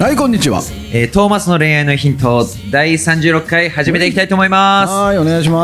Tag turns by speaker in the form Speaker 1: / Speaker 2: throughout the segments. Speaker 1: はいこんにちは
Speaker 2: えー、トーマスの恋愛のヒント第36回始めていきたいと思います
Speaker 1: はいお願いしま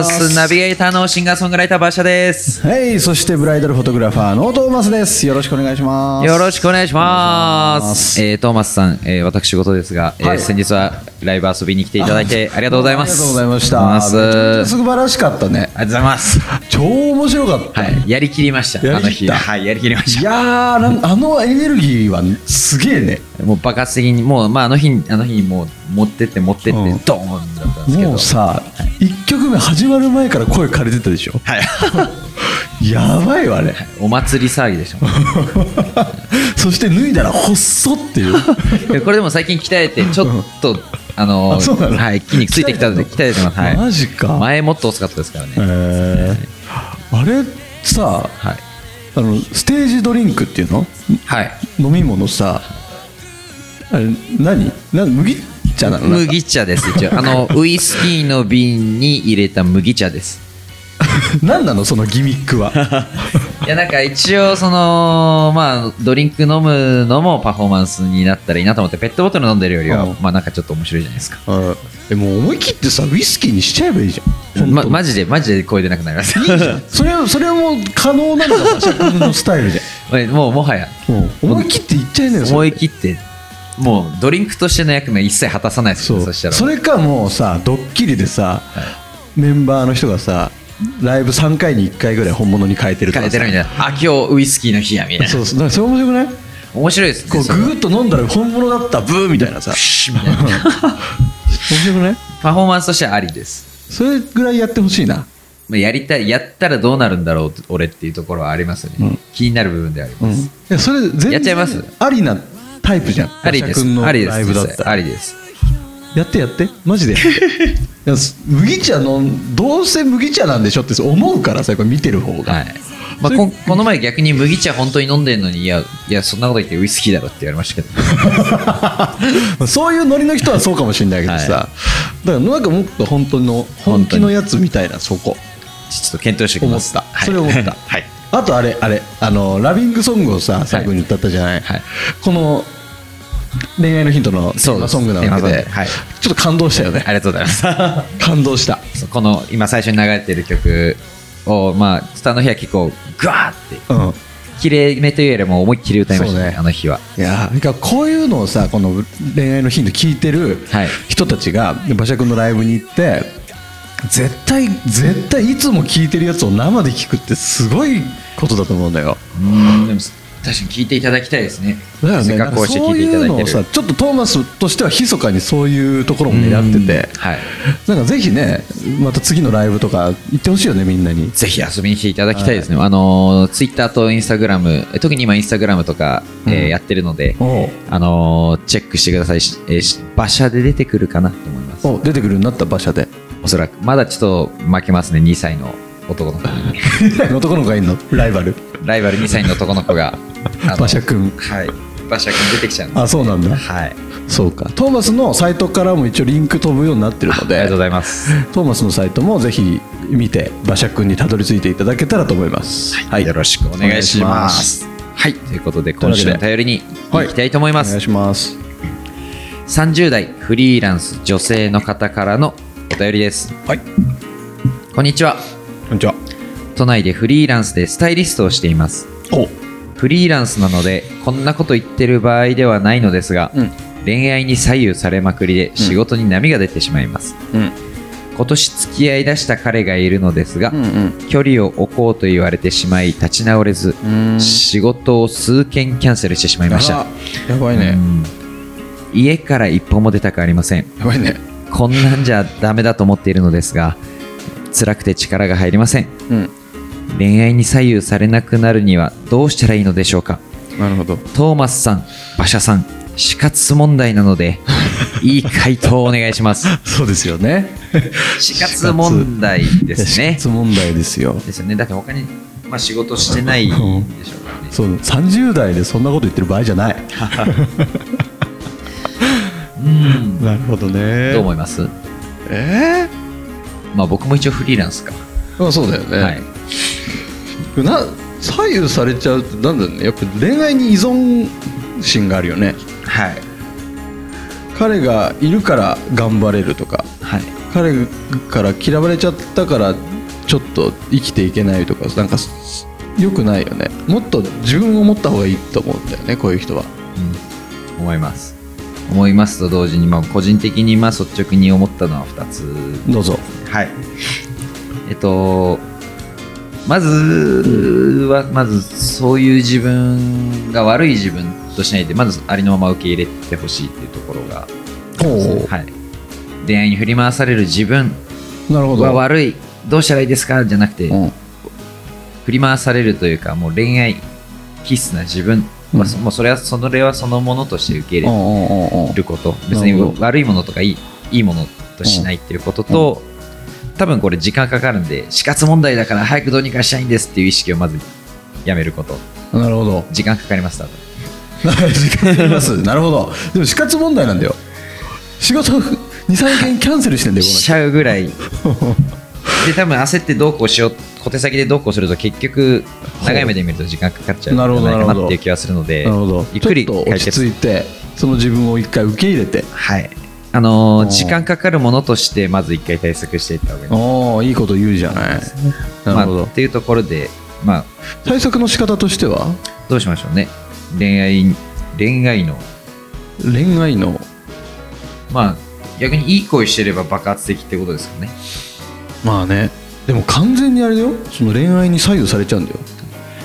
Speaker 2: ますすナビゲーターのシンガーソングライターバーシャです
Speaker 1: はいそしてブライダルフォトグラファーのトーマスですよろしくお願いします
Speaker 2: よろしくお願いしま
Speaker 1: お願いしますす
Speaker 2: えー、トーマスさん、えー、私事ですが、えー
Speaker 1: はい
Speaker 2: 先日はライブ遊びに来ていただいてありがとうございます
Speaker 1: ありがとうございまし
Speaker 2: あ
Speaker 1: た
Speaker 2: りがとうございます
Speaker 1: 素晴らしかったね
Speaker 2: ありがとうございます
Speaker 1: 超面白かった、
Speaker 2: はいやりきりました
Speaker 1: や
Speaker 2: あの
Speaker 1: りき
Speaker 2: 日
Speaker 1: った
Speaker 2: はいやりきりました
Speaker 1: いやーなんあのエネルギーはすげえね
Speaker 2: もう爆発的にもう、まあ、あの日にあの日にもう持ってって持ってって、
Speaker 1: うん
Speaker 2: ドーンだったんですけど
Speaker 1: もうさ1曲目始まる前から声借りてたでしょ
Speaker 2: はい
Speaker 1: やばいわね
Speaker 2: お祭り騒ぎでしたもん
Speaker 1: そして脱いだら細っ ていう
Speaker 2: いやこれでも最近鍛えてちょっとあの
Speaker 1: あそうなの
Speaker 2: はい、筋肉ついてきたので鍛えてます、はい、
Speaker 1: マジか
Speaker 2: 前もっと遅かったですからね、
Speaker 1: えーあれさ
Speaker 2: はい
Speaker 1: あのステージドリンクっていうの
Speaker 2: はい
Speaker 1: 飲み物さあれ何な麦茶なのなんか
Speaker 2: 麦茶です一応あのウイスキーの瓶に入れた麦茶です
Speaker 1: 何なのそのギミッ クは
Speaker 2: いやなんか一応そのまあドリンク飲むのもパフォーマンスになったらいいなと思ってペットボトル飲んでるよりは、
Speaker 1: うん
Speaker 2: まあなんかちょっと面白いじゃないですか
Speaker 1: うんえもう思い切ってさウイスキーにしちゃえばいいじゃん
Speaker 2: ま、
Speaker 1: 本当
Speaker 2: マジでマジで声出なくなりました
Speaker 1: それはそれはもう可能なのが社君のスタイルじ
Speaker 2: も うもはや
Speaker 1: ゃん、うん、思い切っていっちゃいなよそれ
Speaker 2: 思い切ってもうドリンクとしての役目一切果たさないです
Speaker 1: そ
Speaker 2: よ
Speaker 1: う
Speaker 2: そしたら
Speaker 1: それかもうさドッキリでさ、メンバーの人がさライブ3回に1回ぐらい本物に変えてると
Speaker 2: 変え
Speaker 1: かさ
Speaker 2: てるみたいなあ今日ウイスキーの日やみたいな
Speaker 1: そうそうだからそれ面白くない
Speaker 2: 面白いです
Speaker 1: こ
Speaker 2: ね
Speaker 1: う
Speaker 2: そ
Speaker 1: グ
Speaker 2: の
Speaker 1: グッと飲んだら本物だったブーみたいなさ
Speaker 2: シュッみたいな
Speaker 1: 面白くない
Speaker 2: パフォーマンスとしてはありです
Speaker 1: それぐらいやってほしいな
Speaker 2: まあやりたいやったらどうなるんだろう俺っていうところはありますよね、気になる部分ではあります、
Speaker 1: いやそれ全然
Speaker 2: やっちゃいます
Speaker 1: ありなタイプじゃん
Speaker 2: ありで
Speaker 1: 馬
Speaker 2: す
Speaker 1: 車君の
Speaker 2: ありで
Speaker 1: ライブだっ
Speaker 2: す
Speaker 1: たら
Speaker 2: ありです
Speaker 1: やってやって マジでいや麦茶のどうせ麦茶なんでしょって思うからさやっぱ見てる方が、
Speaker 2: はいまあ、ここの前逆に麦茶本当に飲んでるのにいやいやそんなこと言ってウイスキーだろって言われましたけ ど
Speaker 1: まあそういうノリの人はそうかもしれないけどさ、
Speaker 2: は
Speaker 1: だからなんかもっと本当の本気のやつみたいなそこ
Speaker 2: ちょっと検討しておき
Speaker 1: 思
Speaker 2: ま
Speaker 1: っ
Speaker 2: す
Speaker 1: た、それ思っ た、
Speaker 2: はい
Speaker 1: あとあれあれあのラビングソングをさ最後に歌ったじゃない、
Speaker 2: はい
Speaker 1: この恋愛のヒントのテ
Speaker 2: そうで
Speaker 1: ーマ
Speaker 2: す
Speaker 1: ソングなわけ
Speaker 2: テーマソン
Speaker 1: で、
Speaker 2: グはい
Speaker 1: ちょっと感動したよね、
Speaker 2: ありがとうございます
Speaker 1: 感動した
Speaker 2: そうこの今最初に流れてる曲をまあスターの日は結構グワーって
Speaker 1: うん
Speaker 2: きれいめというよりも思いっきり歌いましたね
Speaker 1: そうね
Speaker 2: あの日はい
Speaker 1: やーだからこういうのをさこの恋愛のヒント聞いてる
Speaker 2: はい
Speaker 1: 人たちが馬車君のライブに行って絶対絶対いつも聞いてるやつを生で聞くってすごいことだと思うんだよ
Speaker 2: うんでも確かに聴いていただきたいですね
Speaker 1: だから
Speaker 2: せ
Speaker 1: ね
Speaker 2: っか
Speaker 1: なん
Speaker 2: くこう
Speaker 1: か
Speaker 2: して聴
Speaker 1: そう
Speaker 2: いてい
Speaker 1: い
Speaker 2: ただ
Speaker 1: う
Speaker 2: い
Speaker 1: の
Speaker 2: て
Speaker 1: を
Speaker 2: る
Speaker 1: さちょっとトーマスとしては密かにそういうところも狙ってて
Speaker 2: うんはい
Speaker 1: なんかぜひねまた次のライブとか行ってほしいよねみんなに
Speaker 2: ぜひ遊びに来ていただきたいですね、あのツイッターとインスタグラム特に今インスタグラムとか、えー
Speaker 1: うん
Speaker 2: やってるので、
Speaker 1: おう
Speaker 2: あのーチェックしてくださいし、えーし馬車で出てくるかなと思います
Speaker 1: お出てくるようになった馬 車で
Speaker 2: おそらくまだちょっと負けますね2歳の男の子 に
Speaker 1: 男の子がいるのライバル
Speaker 2: ライバル2歳の男の子があの
Speaker 1: 馬車くん
Speaker 2: はい。馬車君出てきちゃうんで
Speaker 1: あそうなんだ
Speaker 2: す。はい。
Speaker 1: そうかトーマスのサイトからも一応リンク飛ぶようになってるの
Speaker 2: ありが
Speaker 1: で
Speaker 2: とうございます。
Speaker 1: トーマスのサイトもぜひ見て馬車くんにたどり着いていただけたらと思いますはい
Speaker 2: よろしくお願いします。はい。ということで、今週の頼りにい
Speaker 1: はい
Speaker 2: きたいと思い
Speaker 1: お
Speaker 2: ま
Speaker 1: 願
Speaker 2: す
Speaker 1: い。します
Speaker 2: 30代フリーランス女性の方からのお便りです。
Speaker 1: はい
Speaker 2: こんにちは。
Speaker 1: こんにちは
Speaker 2: 都内でフリーランスでスタイリストをしています。
Speaker 1: お
Speaker 2: フリーランスなので、こんなこと言ってる場合ではないのですが、
Speaker 1: うん
Speaker 2: 恋愛に左右されまくりで仕事に波が出てしまいます。
Speaker 1: うん
Speaker 2: 今年付き合いだした彼がいるのですが、
Speaker 1: うん
Speaker 2: 距離を置こうと言われてしまい立ち直れず
Speaker 1: うん
Speaker 2: 仕事を数件キャンセルしてしまいました
Speaker 1: やばい
Speaker 2: うん
Speaker 1: ね
Speaker 2: 家から一歩も出たくありません
Speaker 1: やばいね
Speaker 2: こんなんじゃダメだと思っているのですが辛くて力が入りません
Speaker 1: うん
Speaker 2: 恋愛に左右されなくなるにはどうしたらいいのでしょうか
Speaker 1: なるほど
Speaker 2: トーマスさん馬車さん死活問題なの でいい回答をお願いします
Speaker 1: そうですよね。
Speaker 2: 死活問題です
Speaker 1: いや
Speaker 2: ね
Speaker 1: 死活問題ですよ。
Speaker 2: ですよねだって他に、まあ、仕事してないでしょうからね
Speaker 1: そう30代でそんなこと言ってる場合じゃない。
Speaker 2: うん
Speaker 1: なるほどね
Speaker 2: どう思います
Speaker 1: え
Speaker 2: まあ僕も一応フリーランスか、
Speaker 1: ーまあそうだよね。
Speaker 2: はい、
Speaker 1: な左右されちゃうとなんだろうねやっぱ恋愛に依存心があるよね
Speaker 2: はい
Speaker 1: 彼がいるから頑張れるとか
Speaker 2: はい
Speaker 1: 彼から嫌われちゃったからちょっと生きていけないとかなんかす良くないよねもっと自分を持った方がいいと思うんだよねこういう人は
Speaker 2: うん思います思いますと同時に、まあ、個人的にまあ率直に思ったのは2つ
Speaker 1: どうぞ
Speaker 2: はいえっとまずはまずそういう自分が悪い自分としないでまずありのまま受け入れてほしいっていうところが、はい、恋愛に振り回される自分
Speaker 1: なるほ
Speaker 2: は
Speaker 1: ど、
Speaker 2: 悪いどうしたらいいですかじゃなくて、
Speaker 1: うん、
Speaker 2: 振り回されるというかもう恋愛キスな自分、まあそもうそれはそれはそのものとして受け入
Speaker 1: う
Speaker 2: れ
Speaker 1: んうんうんうん
Speaker 2: ること別に
Speaker 1: なるほど
Speaker 2: 悪いものとかいいいいものとしないっていうことと、多分これ時間かかるんで死活問題だから早くどうにかしたいんですっていう意識をまずやめること
Speaker 1: なるほ ど
Speaker 2: 時間かかります多分
Speaker 1: 時間かかりますなるほどでも死活問題なんだよ仕事23件キャンセルしてんだよこの人
Speaker 2: しちゃうぐらいで多分焦ってどうこうしよう小手先でどうこうすると結局長い目で見ると時間かかっちゃうんじゃないかなっていう気がするので
Speaker 1: なるほど。
Speaker 2: ゆっくり
Speaker 1: ちょっと
Speaker 2: 解
Speaker 1: 落ち
Speaker 2: 決
Speaker 1: 着いて、その自分を一回受け入れて。
Speaker 2: はい。あの
Speaker 1: う
Speaker 2: ー
Speaker 1: ん
Speaker 2: 時間かかるものとして、まず一回対策していった方がいいです。
Speaker 1: おお、いいこと言うじゃない。なるほ
Speaker 2: まあ
Speaker 1: ど
Speaker 2: っ。ていうところで、まあ、
Speaker 1: 対策の仕方としては、
Speaker 2: どうしましょうね。恋愛、恋愛の、
Speaker 1: 恋愛の、
Speaker 2: まあ、逆にいい恋してれば爆発的ってことですよね。
Speaker 1: まあね、でも完全にあれだよ、その恋愛に左右されちゃうんだよ。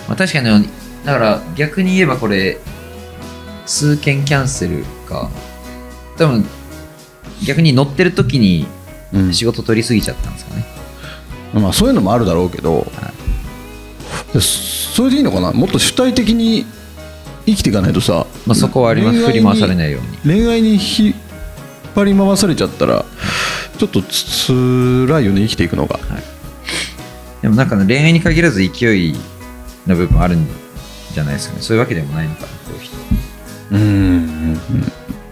Speaker 2: まあ、確かに、だから逆に言えばこれ、数件キャンセルか、多分、逆に乗ってる時に
Speaker 1: うん
Speaker 2: 仕事取りすぎちゃったんですかね。
Speaker 1: まあそういうのもあるだろうけど、でそれでいいのかな、もっと主体的に生きていかないとさ、
Speaker 2: まあ、そこはあります。振り回され
Speaker 1: い。
Speaker 2: ないように。
Speaker 1: 恋愛に引っ張り回されちゃったら、ちょっとつ辛いよね、生きていくのが。
Speaker 2: でもなんかね恋愛に限らず勢いの部分あるんじゃないですかね。そういうわけでもないのかな、こういう人。
Speaker 1: うん、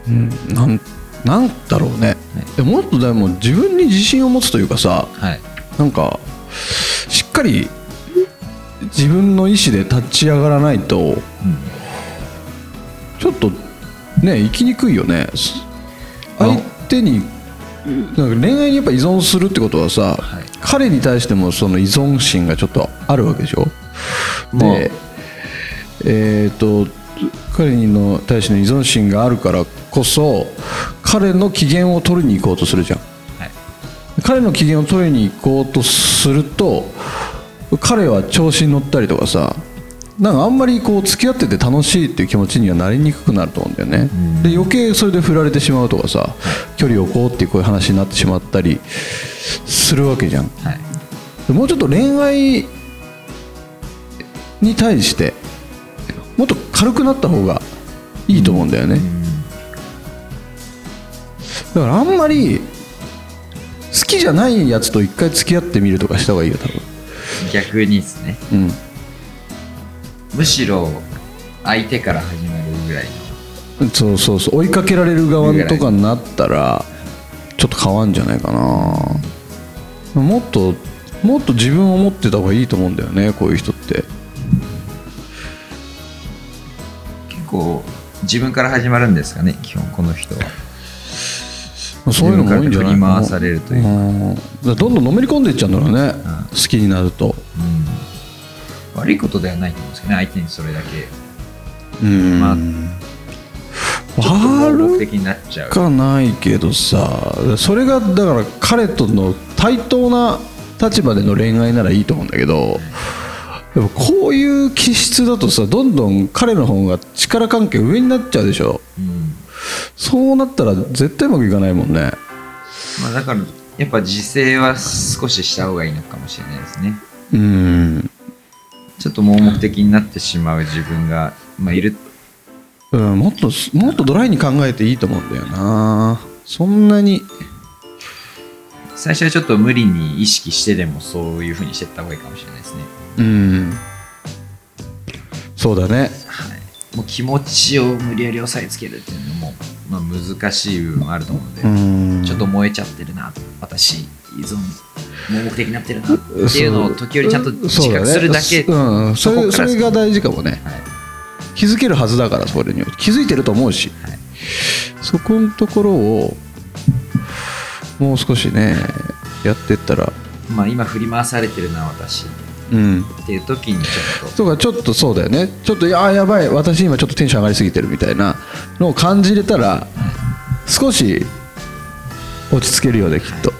Speaker 1: うん、なんなんだろうね、でもっとでも自分に自信を持つというかさ
Speaker 2: はい。
Speaker 1: なんかしっかり自分の意思で立ち上がらないと
Speaker 2: うん。
Speaker 1: ちょっとね生きにくいよねす相手になんか恋愛にやっぱ依存するってことはさ、
Speaker 2: はい
Speaker 1: 彼に対してもその依存心がちょっとあるわけでしょ
Speaker 2: まあ
Speaker 1: でえっ、と彼の対しての依存心があるからこそ彼の機嫌を取りに行こうとするじゃん
Speaker 2: はい。
Speaker 1: 彼の機嫌を取りに行こうとすると彼は調子に乗ったりとかさなんかあんまりこう付き合ってて楽しいっていう気持ちにはなりにくくなると思うんだよね、で余計それで振られてしまうとかさ距離を置こうっていうこういう話になってしまったりするわけじゃん
Speaker 2: はい。
Speaker 1: でもうちょっと恋愛に対してもっと軽くなった方がいいと思うんだよね、だからあんまり好きじゃないやつと一回付き合ってみるとかした方がいいよ多分
Speaker 2: 逆にですね。
Speaker 1: うん
Speaker 2: むしろ、相手から始まるぐらいの。
Speaker 1: そうそうそう追いかけられる側とかになったらちょっと変わんじゃないかなもっともっと自分を持ってた方がいいと思うんだよねこういう人って
Speaker 2: 結構、自分から始まるんですかね、基本、この人は。
Speaker 1: そういうのも多いんじゃないかな
Speaker 2: 自分から振り回されるというか
Speaker 1: んだからどんどんのめり込んでいっちゃうんだろうね、
Speaker 2: ん
Speaker 1: 好きになると
Speaker 2: うん。悪いことではないと思うんですけどね、相手にそれだけ。
Speaker 1: うん
Speaker 2: まあ
Speaker 1: 悪
Speaker 2: 目的になっちゃう。
Speaker 1: かないけどさそれがだから彼との対等な立場での恋愛ならいいと思うんだけどでもこういう気質だとさどんどん彼の方が力関係上になっちゃうでしょ
Speaker 2: うん。
Speaker 1: そうなったら絶対うまくいかないもんね
Speaker 2: まあ、だから、やっぱ自制は少しした方がいいのかもしれないですね。
Speaker 1: うん
Speaker 2: ちょっと盲目的になってしまう自分が、まあ、いる
Speaker 1: うん、もっともっとドライに考えていいと思うんだよなそんなに
Speaker 2: 最初はちょっと無理に意識してでもそういうふうにしてった方がいいかもしれないですね、
Speaker 1: うんそうだね
Speaker 2: はい、もう気持ちを無理やり押さえつけるっていうのも、まあ、難しい部分もあると思うので、
Speaker 1: うん
Speaker 2: ちょっと燃えちゃってるな私依存盲目的になってるなっていうのを時折ちゃんと自覚するだけ
Speaker 1: そうねうん、そ
Speaker 2: こ
Speaker 1: れ
Speaker 2: か
Speaker 1: そ
Speaker 2: ら
Speaker 1: れが大事かもね
Speaker 2: はい
Speaker 1: 気づけるはずだからそれには気づいてると思うし、
Speaker 2: はい
Speaker 1: そこのところをもう少しねやってったら
Speaker 2: まあ、今振り回されてるな私っ
Speaker 1: うん
Speaker 2: ていう時にちょっと
Speaker 1: とかちょっとそうだよねちょっとあやばい私今ちょっとテンション上がりすぎてるみたいなのを感じれたら少し落ち着けるよねきっと、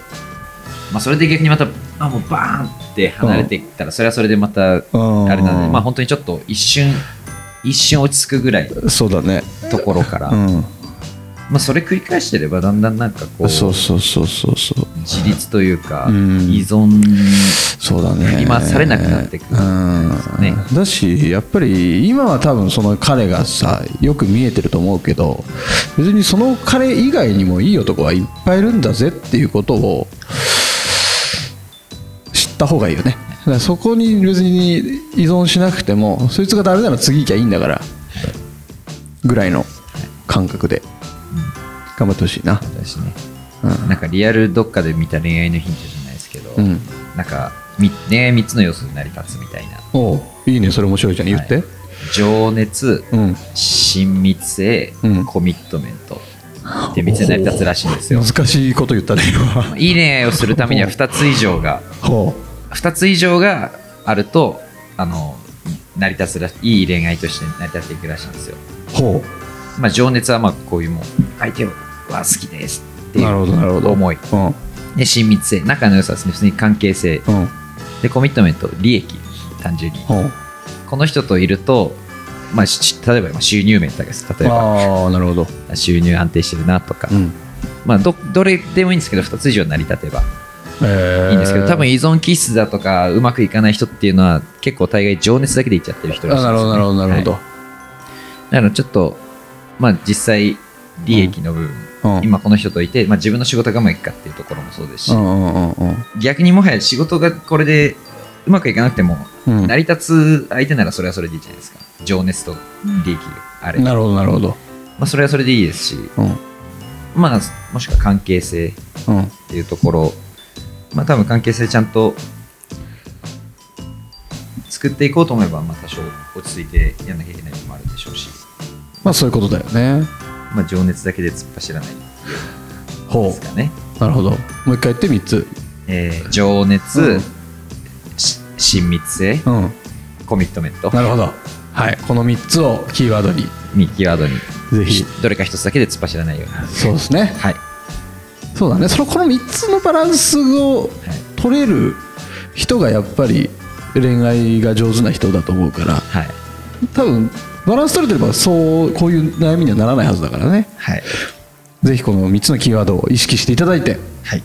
Speaker 2: まあ、それで逆にまたあもうバーンって離れていったらそれはそれでまたあれ
Speaker 1: うん
Speaker 2: なので、まあ、本当にちょっと一瞬一瞬落ち着くぐらいの
Speaker 1: そうだね
Speaker 2: ところから、
Speaker 1: うん
Speaker 2: まあ、それ繰り返してればだんだんなんかこう
Speaker 1: そうそうそうそうそう
Speaker 2: 自立というか、
Speaker 1: うん
Speaker 2: 依存
Speaker 1: そうだね
Speaker 2: 振り回されなくなってくる
Speaker 1: うん
Speaker 2: ね
Speaker 1: だしやっぱり今は多分その彼がさよく見えてると思うけど別にその彼以外にもいい男はいっぱいいるんだぜっていうことを知った方がいいよねだからそこに別に依存しなくてもそいつがダメなら次行きゃいいんだからぐらいの感覚で頑張ってほしいな
Speaker 2: 私ね
Speaker 1: うん
Speaker 2: なんかリアルどっかで見た恋愛のヒントじゃないですけど、
Speaker 1: うん
Speaker 2: なんかみ恋愛3つの要素に成り立つみたいな
Speaker 1: おういいねそれ面白いじゃん言って、
Speaker 2: はい情熱、
Speaker 1: うん
Speaker 2: 親密性、
Speaker 1: うん
Speaker 2: コミットメントって3つに成り立つらしいん ですよ
Speaker 1: 難しいこと言ったね今
Speaker 2: いい恋愛をするためには2つ以上が
Speaker 1: ほ
Speaker 2: 2つ以上があるとあの成り立つらいい恋愛として成り立っていくらしいんですよ
Speaker 1: うほ
Speaker 2: まあ、情熱はまあこういうもん相手は好きですって
Speaker 1: う
Speaker 2: いう
Speaker 1: なるほどなるほど
Speaker 2: 思い
Speaker 1: うん
Speaker 2: で親密性仲の良さですね普通に関係性
Speaker 1: うん
Speaker 2: でコミットメント利益単純に
Speaker 1: ほう
Speaker 2: この人といると、まあ、し例えばまあ収入面とかです例えば
Speaker 1: ああなるほど
Speaker 2: 収入安定してるなとか、
Speaker 1: うん
Speaker 2: まあ、どどれでもいいんですけど2つ以上成り立てば
Speaker 1: え
Speaker 2: いいんですけど、多分依存気質だとかうまくいかない人っていうのは結構大概情熱だけでいっちゃってる人らしい
Speaker 1: あ
Speaker 2: ん
Speaker 1: な
Speaker 2: です
Speaker 1: るほど
Speaker 2: よ、
Speaker 1: な
Speaker 2: ね、
Speaker 1: るほどなるほど、
Speaker 2: はいだからちょっと、まあ、実際利益の部分、
Speaker 1: うん
Speaker 2: 今この人といて、まあ、自分の仕事がうまくいくかっていうところもそうですし、
Speaker 1: うんうんうんうん
Speaker 2: 逆にもはや仕事がこれでうまくいかなくても、
Speaker 1: うん
Speaker 2: 成り立つ相手ならそれはそれでいいじゃないですか情熱と利益があれば
Speaker 1: なるほどなるほど
Speaker 2: まあ、それはそれでいいですし、
Speaker 1: うん
Speaker 2: まあ、もしくは関係性っ
Speaker 1: うん
Speaker 2: ていうところまあ多分関係性ちゃんと作っていこうと思えば、まあ、多少落ち着いてやんなきゃいけないこともあるでしょうし、
Speaker 1: まあそういうことだよね
Speaker 2: まあ、情熱だけで突っ走らないで
Speaker 1: ほ
Speaker 2: すかね。
Speaker 1: うなるほどもう一回言って3つ
Speaker 2: えー情熱、
Speaker 1: うん
Speaker 2: し親密性、
Speaker 1: うん
Speaker 2: コミットメント
Speaker 1: なるほどはいこの3つをキーワードに
Speaker 2: にキーワードに
Speaker 1: ぜひ
Speaker 2: どれか一つだけで突っ走らないように
Speaker 1: そうですね
Speaker 2: はい、は
Speaker 1: そうだねそのこの3つのバランスを
Speaker 2: い
Speaker 1: 取れる人がやっぱり恋愛が上手な人だと思うから
Speaker 2: はい
Speaker 1: 多分バランス取れてればそうこういう悩みにはならないはずだからね
Speaker 2: はい
Speaker 1: ぜひこの3つのキーワードを意識していただいて
Speaker 2: はい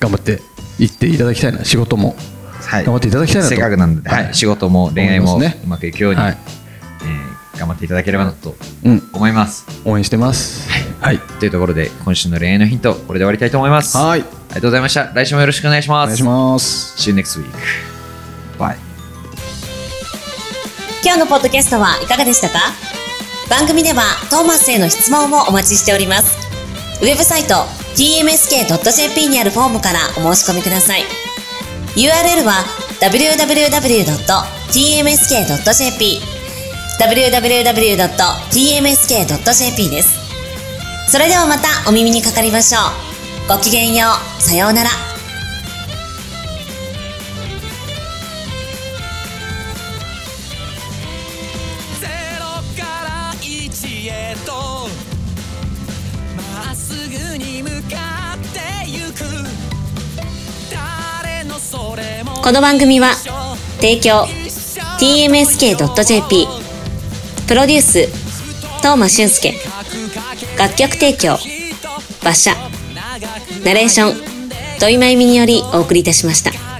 Speaker 1: 頑張っていっていただきたいな仕事も
Speaker 2: はい
Speaker 1: 頑張っていただきたいなと
Speaker 2: せっかくなんで、はい
Speaker 1: はい
Speaker 2: 仕事も恋愛も
Speaker 1: 思いますね
Speaker 2: うまくいくように、
Speaker 1: はい
Speaker 2: えー頑張っていただければなと
Speaker 1: うん
Speaker 2: 思います。
Speaker 1: 応援してますはい
Speaker 2: というところで今週の恋愛のヒントこれで終わりたいと思います。あ
Speaker 1: はい
Speaker 2: りがとうございました。来週もよろしくお願いし
Speaker 1: お
Speaker 2: ま
Speaker 1: 願
Speaker 2: す。
Speaker 1: いします
Speaker 2: See you next week. Bye.
Speaker 3: 今日のポッドキャストはいかがでしたか番組ではトーマスへの質問もお待ちしております。ウェブサイト tmsk.jp にあるフォームからお申し込みください。URL は www.tmsk.jp www.tmsk.jp です。それではまたお耳にかかりましょう。ごきげんよう。さようなら。
Speaker 4: ゼロから一へとまっすぐに向かってゆく誰のそれも
Speaker 3: この番組は提供 TMSK.jp プロデュース東間俊介楽曲提供馬車ナレーション土井真由美によりお送りいたしました。